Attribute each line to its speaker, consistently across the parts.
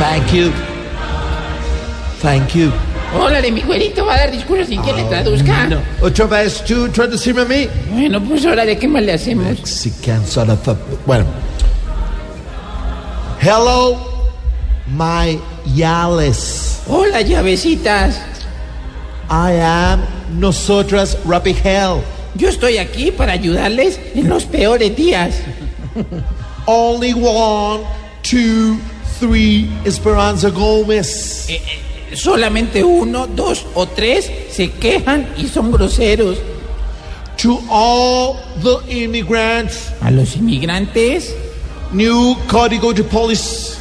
Speaker 1: Thank you. Thank you.
Speaker 2: Hola, de mi güerito va a dar discursos sin que le traduzca.
Speaker 1: Otra vez tú traducirme a mí.
Speaker 2: Bueno, pues ahora de qué más le hacemos.
Speaker 1: Mexican son of a... Bueno. Hello, my Yales.
Speaker 2: Hola, llavecitas.
Speaker 1: I am nosotras Rappy Hell.
Speaker 2: Yo estoy aquí para ayudarles en los peores días.
Speaker 1: Only one, two, three, Esperanza Gomez.
Speaker 2: Eh, eh, solamente uno, dos o tres se quejan y son groseros.
Speaker 1: To all the immigrants,
Speaker 2: A los inmigrantes
Speaker 1: new Código de Police.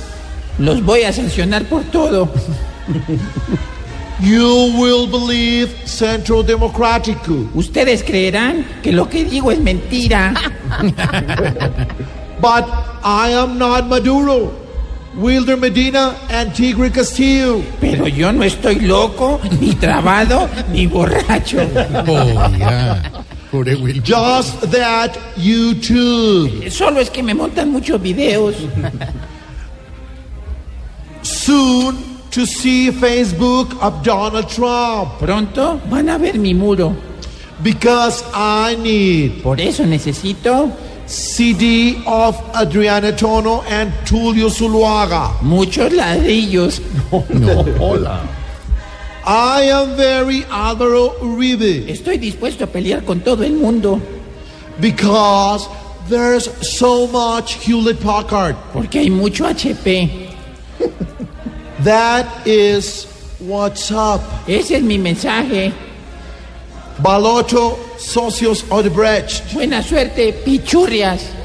Speaker 2: los voy a sancionar por todo.
Speaker 1: You will believe Centro Democrático.
Speaker 2: Ustedes creerán que lo que digo es mentira.
Speaker 1: But I am not Maduro, Wilder Medina, and Tigre Castillo.
Speaker 2: Pero yo no estoy loco, ni trabado, ni borracho.
Speaker 1: Just that YouTube.
Speaker 2: Solo es que me montan muchos videos.
Speaker 1: Soon to see Facebook of Donald Trump.
Speaker 2: Pronto van a ver mi muro.
Speaker 1: Because I need
Speaker 2: Por eso necesito
Speaker 1: CD of Adriana Tono and Tulio Zuluaga.
Speaker 2: muchos ladrillos.
Speaker 1: I am very Alvaro Uribe.
Speaker 2: Estoy dispuesto a pelear con todo el mundo.
Speaker 1: Because there's so much Hewlett Packard.
Speaker 2: Porque hay mucho HP.
Speaker 1: That is what's up.
Speaker 2: Ese es mi mensaje.
Speaker 1: Baloto Socios Odebrecht.
Speaker 2: Buena suerte, pichurrias.